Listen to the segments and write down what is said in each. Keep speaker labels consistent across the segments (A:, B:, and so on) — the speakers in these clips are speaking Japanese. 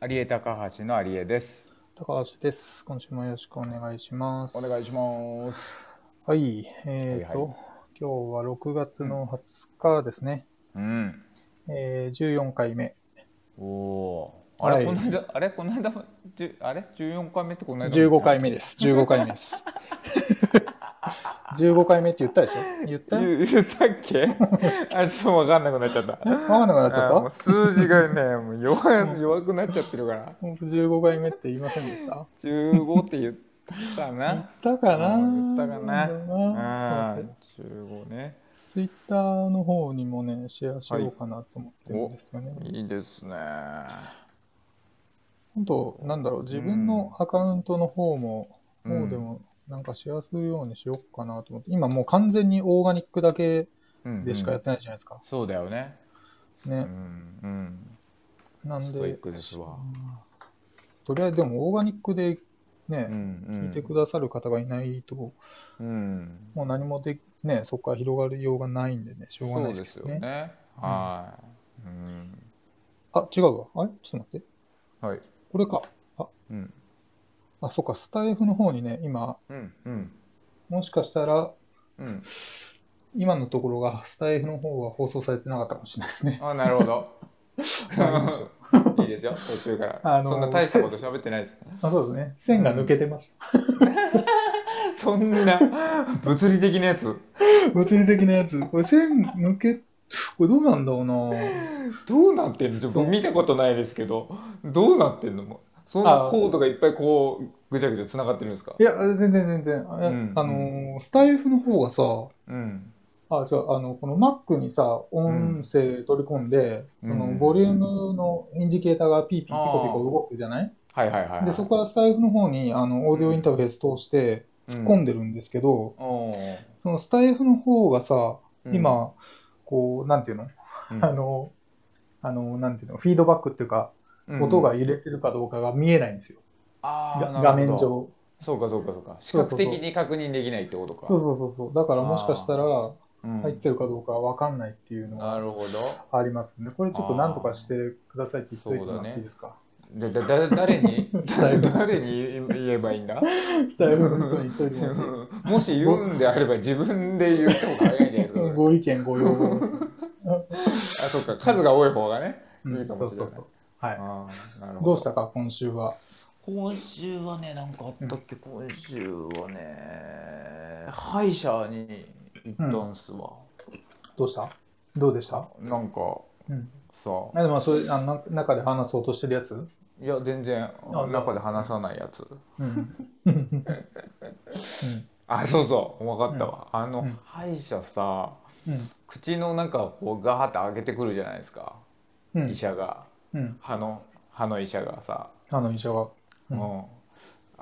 A: 有江高橋の有江です。
B: 高橋です。今週もよろしくお願いします。
A: お願いします。
B: はい。えっ、と、
A: はいは
B: 今日は6月の20日ですね。
A: うん。
B: えー、14回目。
A: おおー。あれ、
B: はい
A: この間あれこの間じゅあれ十四回目ってこの間。
B: 15回目で。す。15回目です。15回目って言ったでしょ言った よ
A: 言言ったっけ？ あちょっとわかんなくなっちゃった。
B: わかんなくなっちゃっ
A: あもう
B: た
A: 数字がね もう弱弱くなっちゃってるから。
B: ?15 回目って言いませんでした
A: 十五って言ったか
B: 言
A: な
B: っ。たかな
A: うん言ったかな
B: ちょっと
A: あ
B: 待って
A: 十五ね。
B: ツイッターの方にもね、シェアしようかなと思ってるんですよね。
A: いいですね。
B: 本当なんだろう、自分のアカウントの方も、
A: うん
B: もうでも、なんかシェアするようにしようかなと思って、今もう完全にオーガニックだけ
A: うんうん
B: でしかやってないじゃないですか。
A: そうだよね。う
B: ね。
A: んうん。
B: なん
A: ストイッ
B: で、
A: クですわ。
B: とりあえずでもオーガニックでね、
A: 聞
B: 聞いてくださる方がいないと、
A: うん。
B: もう何もで、ね、そこから広がるようがないんでね、しょうがないですけどね。
A: ね。はい。うん。
B: あ、違うわ。あれちょっと待って。
A: はい。
B: これか。
A: うん。
B: あ、そっか、スタイフの方にね、今、
A: うん。うん。
B: もしかしたら、
A: うん。
B: 今のところがスタイフの方は放送されてなかったかもしれないですね。
A: あ、なるほど。いいですよ。途中から。
B: あの
A: そんな大したこと喋ってないです。
B: あそうですね。線が抜けてました。
A: そんな物理的なやつ。
B: 物理的なやつ。これ線抜け、これどうなんだろうな
A: どうなってんのちょっと
B: そう
A: 見たことないですけど、どうなってんのもうそんな
B: あ
A: コードがいっぱいこう、ぐちゃぐちゃ繋がってるんですか
B: いや、全然全然。あ
A: うん
B: あのー、スタイフの方がさ、
A: うん。
B: あ、違う、あの、この Mac にさ、音声取り込んで、
A: うん
B: その
A: うん
B: ボリュームのインジケーターがピーピーピ
A: あー
B: コピコ動くじゃない
A: はいはいはいはい。
B: で、そこからスタイフの方に、あの、オーディオインターフェース通して突っ込んでるんですけど、
A: お
B: そのスタイフの方がさ、
A: ー、
B: 今、こう、なんていうの
A: うん、
B: あの、あの、なんていうの、フィードバックっていうか、
A: うん
B: 音が揺れてるかどうかが見えないんですよ。
A: あー
B: が
A: なる
B: 画
A: ほど
B: 面上。
A: そうかそうかそうか視
B: そうそ
A: 覚
B: うそう
A: 的に確認できないってことか
B: そうそうそうそう。だからもしかしたら
A: うん
B: 入ってるかどうかわかんないっていうの
A: な
B: が
A: るほ
B: ありますね。これちょっと何とかしてくださいって言っといてもらっていいですか。
A: どでだだ誰 にだ誰に言えばいいんだ
B: スタイルの人に言っといてもらっていいで
A: もし言うんであれば自分で言った方が早いんじゃないですす
B: か
A: か
B: うんご意見、ご要望です。
A: あそっか数が多い方がね
B: うん
A: いいか
B: そ
A: も
B: う
A: しれな
B: そ
A: いう
B: そう。はい。
A: あーなるほ
B: どうしたか、今週は。
A: 今週はねなんかあったっけ、今週はね歯医者に行ったんすわ、
B: どうしたどうでした
A: なんか
B: うん。
A: さ
B: あでも、それ、あのな中で話そうとしてるやつ
A: いや全然中で話さないやつ
B: うん。
A: あそうそう分かったわ、あの、歯医者さ
B: うん。
A: 口の中をこうガーッて開けてくるじゃないですか、
B: うん
A: 医者が
B: うん。
A: 歯の歯の医者がさ、
B: あの、医者が。
A: うん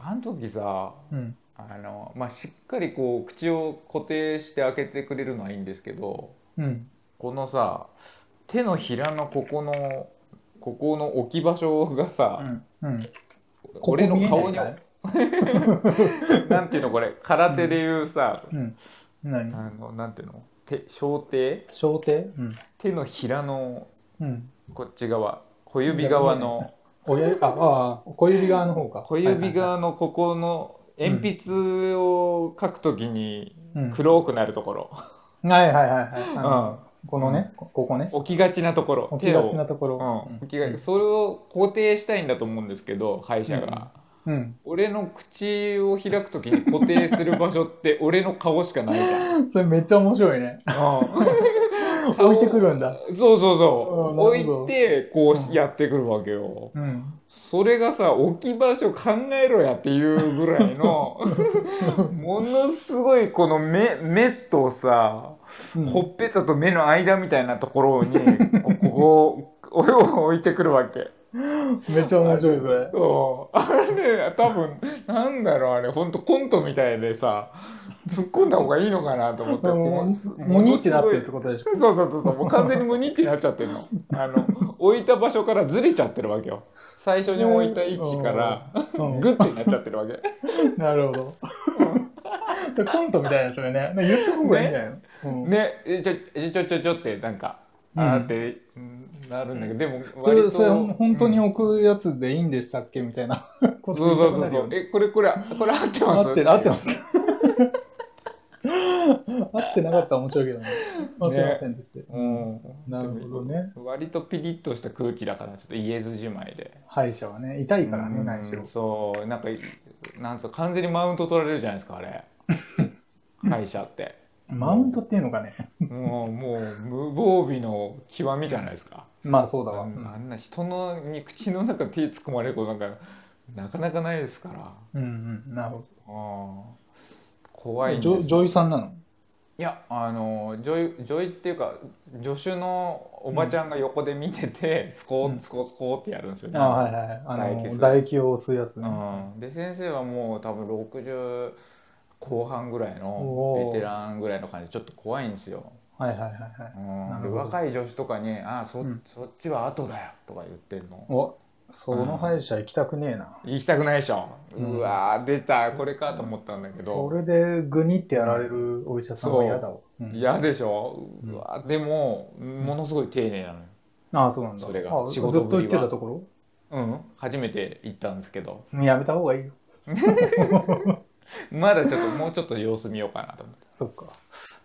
A: あの時さ
B: うん。
A: あの、まあ、しっかりこう口を固定して開けてくれるのはいいんですけど
B: うん。
A: このさ手のひらのここのここの置き場所が
B: う
A: さ、
B: ん。うん。ここ
A: 俺の
B: 見えない
A: 顔に
B: かい
A: なんていうのこれ空手でいうさ、
B: うん。何
A: あのなんていうの手小手
B: 小手うん。
A: 手のひらの
B: うん。
A: こっち側小指側の
B: 親指、あ、ああ、小指側の方か。
A: 小指
B: はいはいはい。
A: 側のここの鉛筆を書くときに
B: うん
A: 黒くなるところ、
B: はいはいはいはい。あの
A: う
B: このね、こここね。
A: 置きがちなところ
B: 置きがち
A: 手
B: な
A: を、
B: とこ
A: う
B: ろ。
A: ん、置きがちそれを固定したいんだと思うんですけど歯医者が、
B: うん。
A: 俺の口を開くときに固定する場所 って俺の顔しかないじゃん
B: それめっちゃ面白いね。
A: 顔
B: 置いてくるんだ。
A: そうそうそううん
B: なるほど
A: 置いてこ
B: うん
A: うやってくるわけよ、
B: うん。
A: それがさ置き場所考えろやっていうぐらいのものすごいこの目目とさ
B: うん
A: ほっぺたと目の間みたいなところにここをおを置いてくるわけ。
B: めっちゃ面白い、それ。
A: そうあれ多分なんだろうあれほんとコントみたいでさ突っ込んだ方がいいのかなと思って
B: で
A: こ
B: も
A: うす
B: モニってなってるって
A: ものすごい
B: ことでしょ。
A: そうそうそうそうもう完全に無にってなっちゃってるのあの置いた場所からずれちゃってるわけよ最初に置いた位置から。
B: うん
A: グッてなっちゃってるわけ。
B: なるほど。でコントみたいなそれね。言った方がいいんじゃないのうん
A: ね、えちょ、えちょ、ちょ、ちょって、なんか、
B: うん
A: あーって、うんなるんだけどでも
B: それ、それ
A: うん
B: 本当に置くやつでいいんでしたっけみたいなこ
A: そう
B: と
A: そうそう
B: 言いたくなる
A: そ
B: よ
A: う
B: ね。
A: えこれこれこれ合ってます
B: 合ってる、合って
A: ま
B: ます。 合ってなかったら面白いけどね。ま あ、
A: ね
B: すいませんって言って。
A: うん
B: なるほどね。
A: 割とピリッとした空気だからちょっと言えずじまいで
B: 歯医者はね、痛いからね、
A: うん
B: 何しろ。
A: そうなんかなんつうの完全にマウント取られるじゃないですかあ れ歯医者って
B: マウントっていうのがね。
A: もうもう無防備の極みじゃないですか
B: まあ、そうだ
A: あ
B: わ。
A: んあんな人のに口の中手突っ込まれることなんかなかなかないですからあ
B: うんうん、なるほ
A: あ怖い
B: ど。
A: んで
B: ジョ
A: す
B: ジョイさんなの
A: いやあの女優女優っていうか助手のおばちゃんが横で見てて、スコ
B: う
A: ー
B: ん
A: スコースコーってやるんですよね、
B: あはいはいはい。
A: 唾液吸
B: あ
A: う
B: の、唾液を吸うやつね。
A: うん、で先生はもう多分60後半ぐらい
B: お
A: の
B: ー
A: ベテランぐらいの感じでちょっと怖いんですよ、
B: はいはいはいはい。
A: う
B: なる
A: ん、
B: ほ
A: で
B: ど
A: 若い女子とかに「あそ,、
B: うん
A: そっちは後だよ」とか言ってるの
B: お、その歯医者行きたくねえな。
A: 行きたくないでしょ、う
B: うん
A: わー出たこれかと思ったんだけ
B: そ
A: ど
B: れでグニってやられるお医者さんは嫌だわ。うん
A: 嫌でしょうわーでもものすごい丁寧なのよ
B: ああ、そうなんだ。
A: それが
B: あ
A: 仕事ぶりは
B: ずっと言ってたとこ
A: うん初めて行ったんですけど
B: ろやめた方がいいよ。
A: まだちょっともうちょっと様子見ようかなと思って
B: そっか。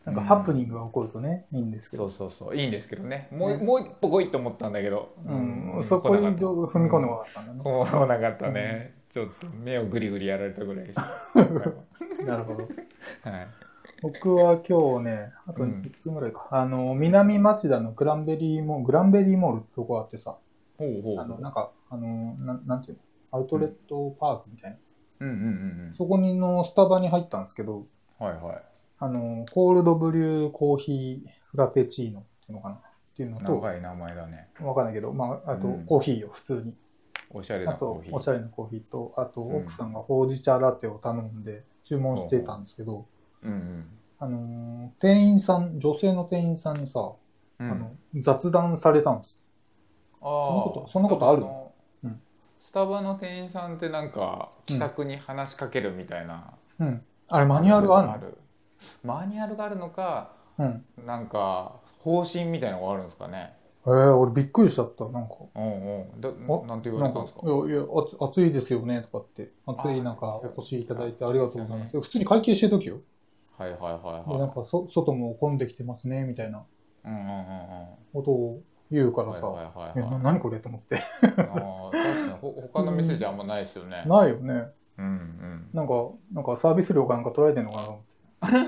B: なんかハプニングが起こるとね、いいんですけ
A: そ
B: ど。
A: うそうそういいんですけどねもう,、
B: ね
A: もう一歩来いと思ったんだけど、
B: うん、そこにど踏み込んでもらったんだね。
A: こうなかったね、ちょっと目をグリグリやられたぐらいでした
B: なるほど。
A: はい
B: 僕は今日ね、あと
A: うん
B: 1分ぐらいか。あの、南町田のグランベリーモール、グランベリーモールってとこあってさ、
A: ほうほう
B: あの、なんか、あの、なんなんていうのアウトレットパークみたいな。
A: うんうんうん
B: そこにのスタバに入ったんですけど、
A: うんはいはい
B: あの、コールドブリューコーヒーフラペチーノっていうのかなっていうのと、
A: 長い名前だね
B: わかんないけど、まあ、あと
A: うん
B: コーヒーよ、普通に。
A: おしゃれ
B: あ
A: なコ
B: と
A: ーヒ、ー
B: おしゃれなコーヒーと、あと、
A: うん
B: 奥さんがほうじ茶ラテを頼んで注文してたんですけど、
A: うん
B: あのー、店員さん、女性の店員さんにさ、
A: うんうん
B: あの雑談されたんです。
A: あー
B: そんなことそんなことあるうん
A: スタバの店員さんってなんか気さくに話しかけるみたいな、
B: うん。あれ、マニュアルある
A: あるマニュアルがあるのか
B: のうん。
A: なんか方針みたいなのがあるんですかね
B: えー、俺びっくりしちゃった。なんか、
A: うんうんだ
B: お
A: なんて言われ
B: なん
A: たん
B: か
A: ですか、
B: いやいや、暑暑いですよね、とかって、暑い中
A: あー
B: お越しいただいてありがとうございます。普通に会計してるときよ。
A: はいはいはい
B: で、
A: は
B: ないんかそ、外も混んできてますね、みたいな
A: うんうんうんうん
B: ことを言うから
A: はい
B: さ、
A: はいい
B: や、な
A: はい
B: 何これと思って。
A: あー確かにほ他の店じゃあんまないですよね
B: ないよね。
A: うんうん
B: なんか、なんかサービス料かなんか取られてんのかな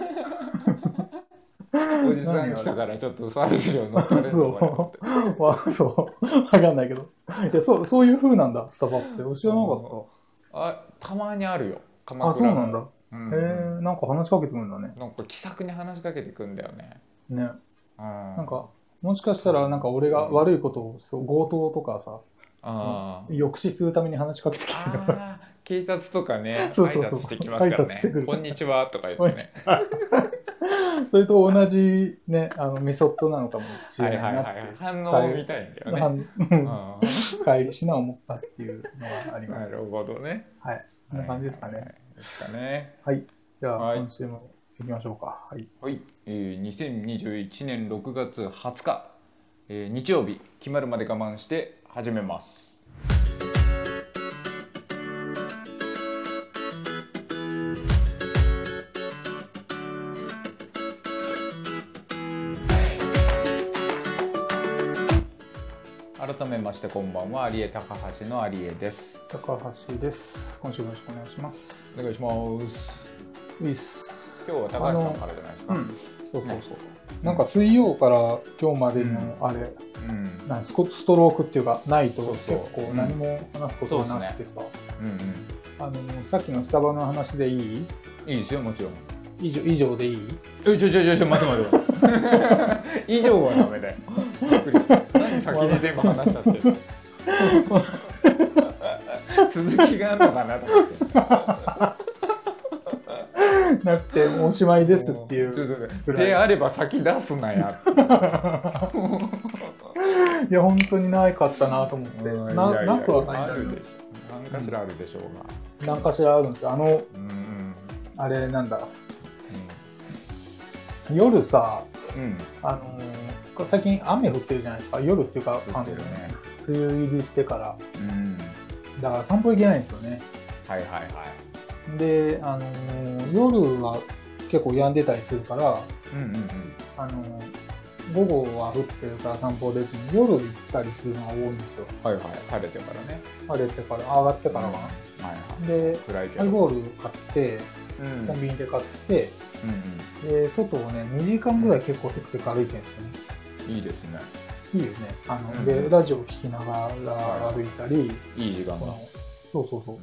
A: おじさん来たからちょっとサービス料乗っかれるのかなと思って
B: わそう、わかんないけど。いや、そう、そういう風なんだ、スタバって。知らなかっ
A: あたまにあるよ鎌
B: た。
A: 倉
B: あ、そうなんだ。へ
A: うん
B: え
A: うん
B: ー、なんか話しかけてくるんだね。
A: なんか気さくに話しかけてくんだよね
B: ね。
A: な
B: なんか、もしかしたら、なんか俺が悪いことを、そう、強盗とかさ、
A: あー
B: 抑止するために話しかけてきてるから。
A: あー警察とかね
B: そうそうそう
A: 挨拶してきますから
B: 挨拶してく
A: ね
B: る
A: こんにちはとか言ってね
B: それと同じね、あの、メソッドなのかもし
A: は
B: れ
A: いは
B: ないい
A: は
B: ないって
A: はい反応を見たいんだよね
B: う
A: う
B: ん
A: ん
B: 帰りしな思ったっていうのが ありま
A: な
B: す。
A: るほどね
B: はい。こんな感じですか
A: はい
B: ね
A: は。いですかね
B: はい。じゃあ、
A: はい
B: 今週も行きましょうか。はい。
A: はい、えー、2021年6月20日、えー日曜日決まるまで我慢して始めます改めましてこんばんは有江高橋の有江です
B: 高橋です。今週もよろしくお願いします。
A: お願いします
B: いいっす。
A: 今日は高橋さんからじゃないですか、
B: うん。そうそうそう
A: ね。
B: なんか水曜から今日までのあれ、
A: うん
B: なんスコストロークっていうか、ないと
A: そう
B: 結
A: そう
B: 構何も話すことがなくてさ、
A: うん
B: あの、さっきのスタバの話でいい
A: うんいいですよもちろん
B: 以上以上でいい
A: えちょちょちょちょ待って 待って以上はダメだよびっくりした何先に全部話しちゃってる続きがあるのかなと思って
B: なくて、もうおしまいですってい
A: ち
B: う。
A: ょっとであれば先出すなやって
B: いや、本当にないかったなと思って。
A: うんいや
B: ない
A: や
B: なくはないん
A: あ
B: だけ
A: る
B: ど
A: でしょ何かしらあるでしょうが
B: 何かしらあるんですよ。あの、
A: うんうん
B: あれなんだ。夜さ、あのーこれ最近雨降ってるじゃないですか。夜っていうか、
A: 降ってるね
B: あの梅雨入りしてから。
A: うん
B: だから散歩行けないんですよね。
A: はいはいはい
B: で、あのー夜は結構病んでたりするから、
A: うんうんうん
B: あのー午後は降ってるから散歩ですに、夜行ったりするのが多いんですよ。
A: はいはい晴れてからね
B: 晴れてから、上がってから
A: は
B: は。
A: いは
B: で
A: い、暗いけ
B: ハ
A: ど
B: イボール買って、
A: うんうん
B: コンビニで買って、
A: う
B: で、外をね、2時間ぐらい結構テクテク歩いてるんですよね。
A: んいいですね
B: いいよね。あの、
A: うん
B: で、ラジオを聞きながら歩いたり、
A: いい時間
B: こ
A: だ
B: のそうそうそう。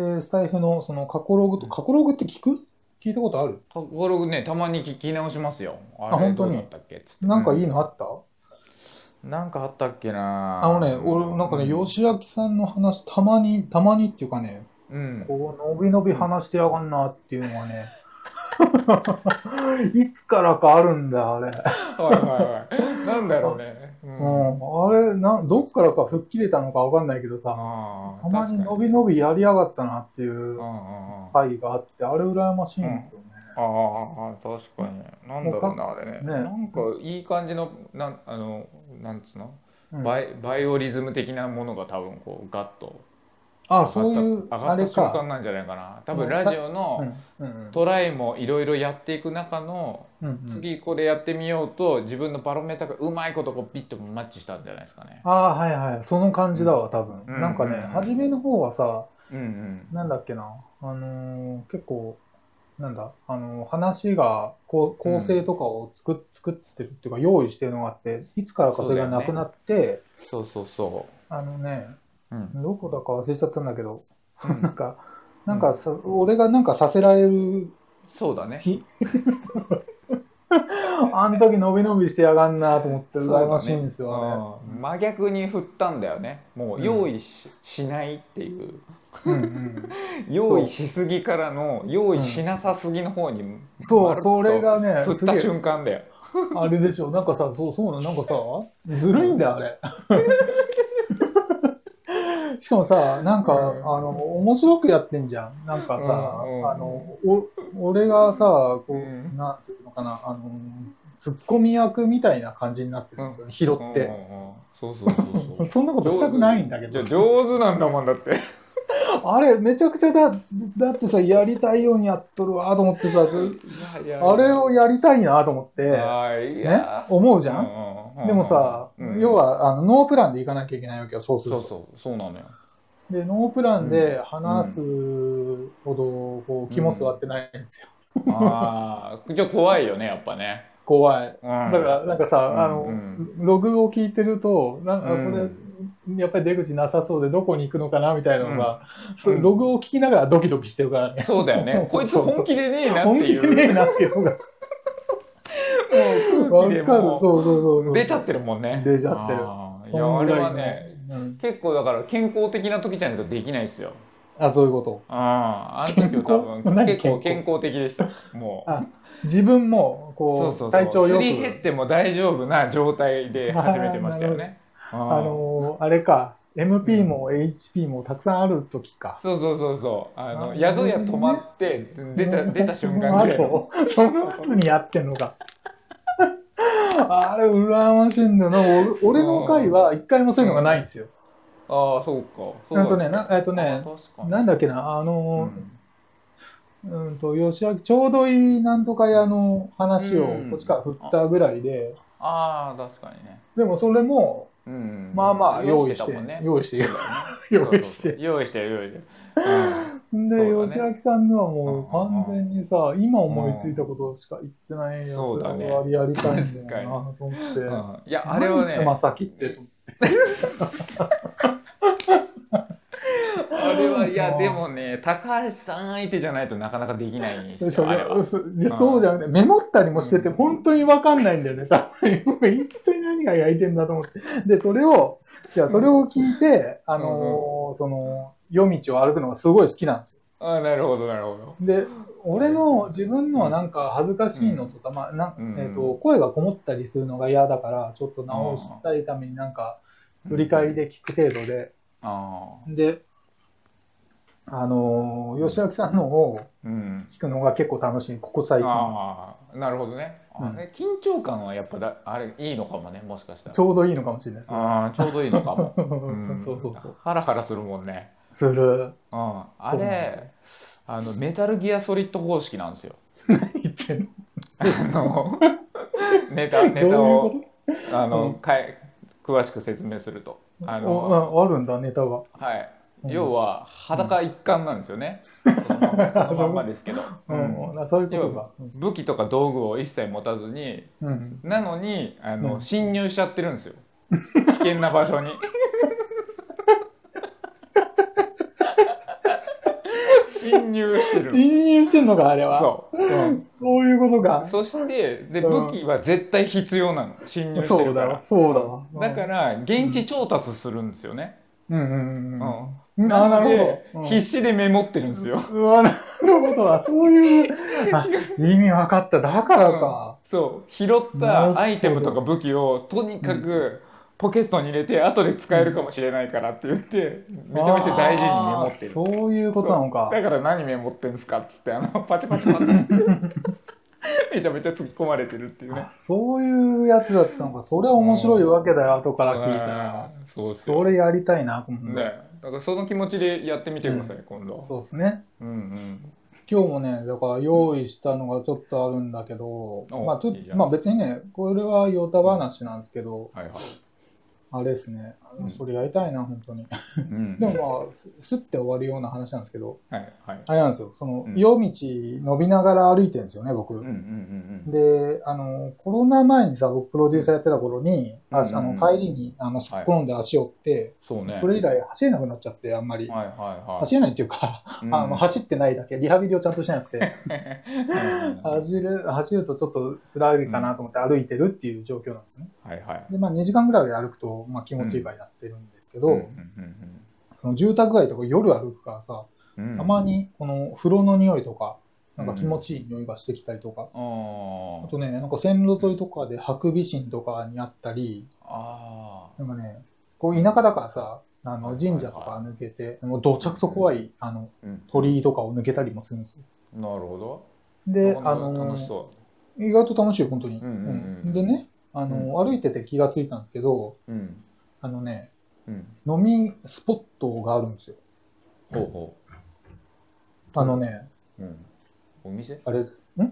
A: うん
B: で、スタイフのその過去ログと、過去ログって聞く聞いたことある
A: タコログねたまに聞き直しますよあれ
B: 本当に
A: どうだったっけ
B: なんかいい
A: の、
B: のあった、
A: うんなんかあったっけな
B: あのね、俺、なんかね、吉明さんの話、たまに、たまにっていうかね、
A: うん
B: こう、のびのび話してやがんなっていうの はね、いつからかあるんだよ、あれ。
A: はいはいはいなんだろうねう
B: うんん。あれ、な、どっからか吹っ切れたのかわかんないけどさ、
A: あー
B: たまにのび
A: 確
B: のびやりやがったなってい
A: かにうんうん
B: う
A: うんあ
B: 回があって、あれ羨ましいんですよね。
A: あ確かになんだろうなあれね
B: ね
A: なんかいい感じのなんあのなんつうの
B: うん
A: バイバイオリズム的なものが多分こうガッと
B: あ、
A: 上がった
B: そういう、
A: 上が
B: あ
A: っ
B: れ
A: た瞬間
B: か。
A: なんじゃないかな多
B: そ
A: 分
B: う
A: ラジオ
B: う
A: の
B: んうん
A: トライもいろいろやっていく中の
B: うんうんうん
A: 次これやってみようと自分のバロメーターがうまいことこうピッとマッチしたんじゃないですかね。
B: ああ、はいはい。その感じだわ、多分。
A: うん
B: なんかね、
A: うん
B: 初めの方はさ、
A: うんうん。
B: なんだっけな、あのー結構、なんだ、あのー話が、こう構成とかを作っ作ってるっていうか、用意してるのがあって、いつからかそれがなくなって、
A: そうそうそ
B: あのね、
A: う。うん。
B: どこだか忘れちゃったんだけど、
A: う
B: なん
A: ん、
B: か、なんかさ、俺がなんかさせられる
A: そうだね。
B: 日あの時のびのびしてやがんなと思って
A: そうだね
B: 羨ましいんですよ
A: うん真逆に振ったんだよね。もう用意し,、しないっていう。
B: ね。うんうん
A: 用意しすぎからの用意しなさすぎの方に、
B: そ
A: ま
B: う、
A: るっと
B: それがね、
A: 振っ
B: すげ
A: た
B: え
A: 瞬間だよ。
B: あれでしょ、なんかさ、そう、そうなの、なんかさ、ずるいんだよ、あれ。しかもさ、なんか、
A: うん
B: あの、面白くやってんじゃん。なんかさ、
A: うんうん
B: あの、お、俺がさ、こう、
A: うん
B: なんていうのかな、あの、ツッコミ役みたいな感じになってるんですよね、拾っ
A: うん
B: て。
A: うんうんそうそうそうそう。
B: そんなことしたくないんだけ
A: じ
B: ど
A: ゃあ。上手なんだもんだって。
B: あれ、めちゃくちゃだ、だってさ、やりたいようにやっとるわ、と思ってさ、ずあれを
A: や
B: やりたいな、と思って、
A: はいい
B: ね
A: や、ー
B: 思うじゃ
A: うん
B: ん。
A: うんうんうん
B: でもさ、
A: うん
B: 要はあのノープランで行かなきゃいけないわけよ、そうする
A: そ
B: と。
A: うそうそうなのよ
B: で、ノープランで話すほどこう気も座ってないんですよ。
A: ああじゃあ怖いよねやっぱね、
B: 怖い。
A: うん、
B: だから、なんかさ、あの、
A: うん
B: ログを聞いてると、なんかこれ、
A: うん
B: やっぱり出口なさそうでどこに行くのかなみたいなのが、そう
A: うん
B: ログを聞きながらドキドキしてるからね。
A: そうだよ ねこいつ本気でねえなっ
B: 本
A: て
B: 気
A: い
B: で
A: う
B: ねえなっ ていうのが。わ
A: もう空
B: か
A: 気
B: る
A: で。も
B: そうそうそうそう。
A: 出ちゃってるもんね
B: 出ちゃってる
A: あーい
B: そ
A: や
B: ん
A: あ
B: ぐ
A: れ
B: らい
A: は
B: の
A: ね。
B: うん
A: 結構だから健康的な時じゃないとできないですよ
B: あ、そういうこと。
A: あああの時は多
B: 健康
A: 分
B: 何
A: 結構
B: 健
A: 健康的でしたもう
B: あ自分
A: そ
B: も、
A: う
B: こう、
A: そう
B: 体
A: そ
B: 調
A: う
B: よ
A: す
B: く。
A: り減っても大丈夫な状態で始めてましたよねあ
B: あ
A: ー
B: のーあれか、MP も HP もたくさんある時か。
A: そうそうそうそうあの
B: あー
A: 宿屋泊まって出た出た瞬間ぐらいの
B: その後、その後にやってん のか。あれ、羨ましいんだよな。お俺の回は一回もそういうのがないんですよ。
A: ああそうかそうだ
B: なんとね、なえっとね、
A: あ確かに
B: なんだっけな、あ
A: う
B: の
A: ん
B: ー、うん、と、吉明、ちょうどいいなんとか屋の話を
A: うん
B: こっちから振ったぐらいで、
A: ああ確かにね
B: でもそれも、
A: うん
B: まあまあ用意して
A: たもんね、
B: 用意して、
A: そうそうそう
B: 用意して。
A: 用意してる用意してるうん
B: で、
A: そうだ
B: 吉
A: ね
B: 明さんのはもう完全にさ、今思いついたことしか言ってないやつ
A: そうだね
B: をやりたいんだよなと思って。
A: うんいやあれは
B: 何
A: ね
B: つま先って。
A: あれはいや
B: うん
A: でもね高橋さん相手じゃないとなかなかできないんです
B: じゃ
A: よあれは
B: あそうじゃなくて、メモったりもしてて、
A: うん
B: 本当にわかんないんだよね。多分一体何が焼いてんだと思って。で、それを、いや、それを聞いて、あのーその、夜道を歩くのがすごい好きなんですよ。
A: ああなるほどなるほど
B: で、俺の自分のはなんか恥ずかしいのとさ、まあな
A: うん
B: えー、と声がこもったりするのが嫌だから、ちょっと直したいためになんか、振り返りで聞く程度で、
A: あ
B: で、あのー、吉明さんのを
A: うん。
B: 聞くのが結構楽しい、ここ最近。
A: ああ、なるほどね。あ
B: うん
A: ね緊張感はやっぱだ、あれ、いいのかもね、もしかしたら
B: ち。ょうどいいのかもしれないです。
A: ああ、ちょうどいいのかも。ん
B: そうそうそう。
A: ハラハラするもんね。
B: する。
A: うん、あ
B: そうなんですよ
A: れ、あの、メタルギアソリッド方式なんです よ。
B: 言ってん
A: あの、ネタ、ネ
B: の
A: タ
B: どう
A: を
B: いう、
A: あ
B: うん
A: の、かい、詳しく説明すると。あ
B: こと
A: の、
B: おああるんだ、ネタが。
A: はい。
B: うん
A: 要は、裸一貫なんですよね。そのまんまそのま んまですけど。
B: う
A: うん
B: ん、あそういうことか。
A: 武器とか道具を一切持たずに、
B: うん。
A: なのに、あ
B: うん
A: の、侵入しちゃってるんですよ。危険な場 所に。侵入してる。
B: 侵入してんのか、あれは。
A: そう。うん
B: そういうことか。
A: そして、で、
B: うん
A: 武器は絶対必要なの。侵入して
B: そう
A: る
B: だ
A: か
B: わ
A: ら。。
B: そうだわ。
A: だから、現地調達するんですよね。
B: ら、うんうんうん
A: う
B: うん。
A: ん。
B: うんあーな
A: なの
B: る
A: で
B: ほど。うん
A: 必死でメモってるんですよ。
B: うわ、なるほど わ。そういう、あ、意味わかった。だからか。
A: そう拾っ
B: なるほど
A: たアイテムとか武器をとにかくポケットに入れて後で使えるかもしれないからって言ってめちゃめちゃ大事にメモってる
B: あーそういうことなのか。
A: だから何メモってんすかっつってあ のパチパチパチめちゃめちゃ突っ込まれてるっていうね
B: あそういうやつだったのか。それは面白いわけだよ、後から聞いたら。
A: うんそうです
B: そ
A: よ
B: れやりたいな、今度
A: ねだからその気持ちでやってみてください、今度
B: そうですね。
A: うんうん
B: 今日もね、だから用意したのがちょっとあるんだけど、
A: お
B: まあちょっ
A: いいじ
B: と、
A: ゃん
B: まあ別にね、これはヨタ話なんですけど、
A: はいはい、
B: あれですね
A: う。ん
B: それやりたいな、本当に。
A: うん、
B: でもまあ、すって終わるような話なんですけど、
A: はいはい
B: あれなんですよ。その、
A: うん
B: 夜道伸びながら歩いてるんですよね、僕。
A: うんうんうん
B: で、あの、コロナ前にさ、僕プロデューサーやってた頃に、あ
A: うん
B: あの帰りに、あの、すっ転んで足折って、
A: そうね
B: それ以来走れなくなっちゃって、あんまり。
A: はいはいはい
B: 走れないっていうか、
A: うん
B: あの、走ってないだけ、リハビリをちゃんとしてなくて、
A: うん
B: 走る、走るとちょっと辛いかなと思って歩いてるっていう状況なんですよね。
A: はいはい
B: で、まあ2時間ぐらい歩くと、まあ気持ちいいからやってるんですけど、
A: うんうん
B: その住宅街とか夜歩くからさ、
A: うんうん
B: たまにこの風呂の匂いとか、なんか気持ちいい匂いがしてきたりとか、
A: あー
B: あとね、なんか線路沿いとかでハクビシンとかにあったり、
A: あ
B: なんかね、こう田舎だからさ、あ
A: はい
B: の
A: はいはい
B: 神社とか抜けて、もうどちゃくそ怖い、あの、
A: ー、うん、
B: 鳥居とかを抜けたりもするんですよ。
A: なるほど
B: で、
A: な
B: あ
A: かなか
B: の
A: 楽、しそ
B: 意外と楽しいよ、本当に。
A: うんうんうん
B: うんでね、あの、歩いてて気がついたんですけど、
A: ううん
B: あのね、
A: うん
B: 飲みスポットがあるんですよ。
A: ほうほ
B: あのね、
A: う、うん、お店
B: あれです。ん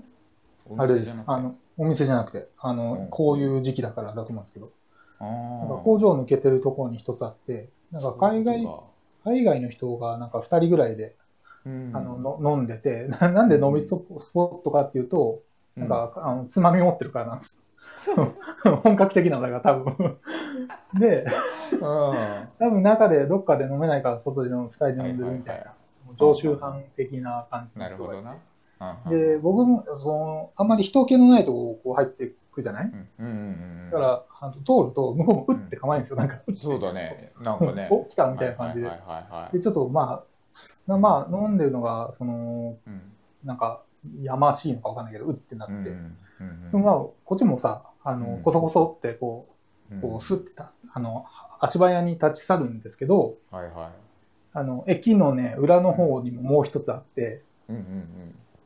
A: お
B: あ
A: 店
B: れです。
A: じゃ
B: あ
A: なくて
B: の、お店じゃなくて、あ
A: う
B: の
A: ん、
B: こういう時期だからだと思うんですけど、
A: あ
B: なんか
A: ー
B: 工場を抜けてるところに一つあって、なんか海外
A: う
B: 海外の人がなんか2人ぐらいで、
A: ん
B: あのの飲んでて な、なんで飲みスポスポットかっていうと、なんか、あのつまみ持ってるからなんです。 本格的なのだから多 分。で、
A: うんうん
B: 多分中でどっかで飲めないから外で飲む、2人で飲んでるみたいな、
A: はいはいは
B: 常習犯的な感じの
A: なる
B: 人
A: ほ
B: がい
A: ど
B: て
A: なあ
B: で、僕もその、あんまり人気のないとここう入ってくじゃない
A: うんうんうんうん
B: だから、あの通ると向こうもうって構えるんですよ、なんか。
A: そうだねなんかね
B: お来たみたいな感じで
A: はい。はいはいはいはい
B: で、ちょっとまあ、なまあ、飲んでるのが、その、
A: うん
B: なんか、やましいのかわかんないけど、うってなって。
A: うんう
B: で
A: んうん
B: もまあ、こっちもさ、あの、
A: うん
B: こそこそって、こ
A: う
B: う、
A: ん
B: こう、すってた、あの、足早に立ち去るんですけど、
A: はいは
B: あの、駅のね、裏の方にももう一つあって、
A: いうん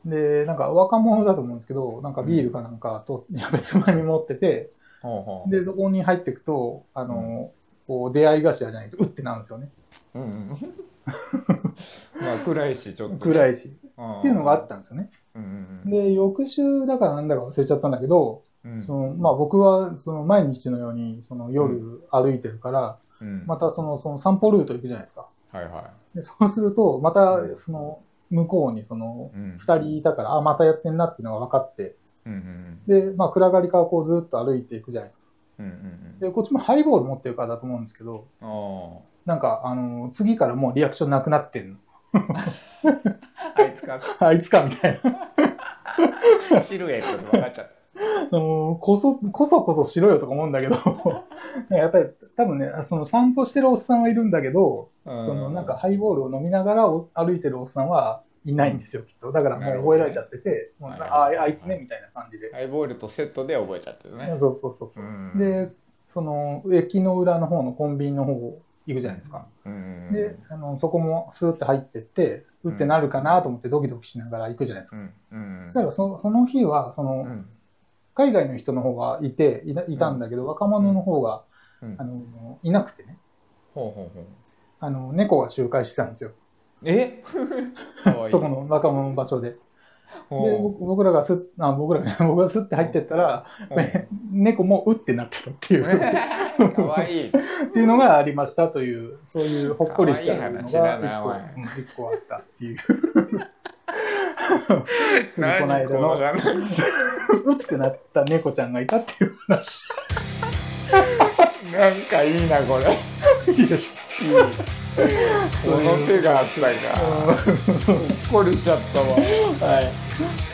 A: うん
B: で、なんか若者だと思うんですけど、なんかビールかなんかと、 やべつまみ持ってて、
A: うんほうほう
B: で、そこに入っていくと、あの、こう、出会い頭じゃないと、うってなるんですよね。
A: うんうん まあ暗いしちょっとね
B: 暗いし。
A: っ
B: っていうのがあったんですよね。で、翌週だからなんだか忘れちゃったんだけど、そのまあ、僕はその毎日のようにその夜歩いてるから、またそのその散歩ルート行くじゃないですか。
A: はいは
B: でそうすると、またその向こうにその
A: い。うん
B: 2人いたから、あ、またやってんなっていうのが分かって、
A: うんうん
B: で、まあ、暗がりからこうずっと歩いていくじゃないですか。
A: うんうんうん
B: で、こっちもハイボール持ってるからだと思うんですけど、
A: あ
B: なんか、あの、次からもうリアクションなくなってんの。
A: ああいつか
B: あいつかみたいな。
A: シルエットで分かっちゃった。
B: あのこそ、こそこそしろよとか思うんだけど、 やっぱり多分ね、その散歩してるおっさんはいるんだけど、そのなんかハイボールを飲みながらお歩いてるおっさんはいないんですよ、きっと。だからもう覚えられちゃってて、もう
A: はい
B: あ
A: はい
B: あ、あいつね、みたいな感じで。
A: ハイボールとセットで覚えちゃってるね。
B: そうそうそうそう。
A: うん
B: で、その駅の裏の方のコンビニの方行くじゃないですか。
A: うん
B: で、あの、そこもスーッと入ってって、うってなるかなと思ってドキドキしながら行くじゃないです
A: う
B: か。
A: んうん
B: そしたらそ、その日は、そうの、
A: ん
B: 海外の人の方がいて、いないたんだけど、若者の方が、
A: うん
B: あの、いなくてね、
A: ほうほうほう
B: あの、猫が集会してたんですよ。
A: えかわいい
B: そこの若者の場所で。で、
A: ほ
B: 僕僕らがすっ、あ僕らが、 僕がすって入ってったら、
A: うほう
B: 猫もうってなってたっていう、
A: か わいい
B: っていうのがありましたという、そういうほっこりしたのが
A: 可愛い
B: 一
A: 話
B: 個
A: だなおい
B: うん一個あったっていう。 ついこの
A: 何
B: 間
A: こ
B: の
A: の、話
B: うってなった猫ちゃんがいたっていう 話。
A: なんかいいなこれ
B: いいでし
A: この手があったか
B: ょ。
A: ほっこりしちゃったわ
B: はい。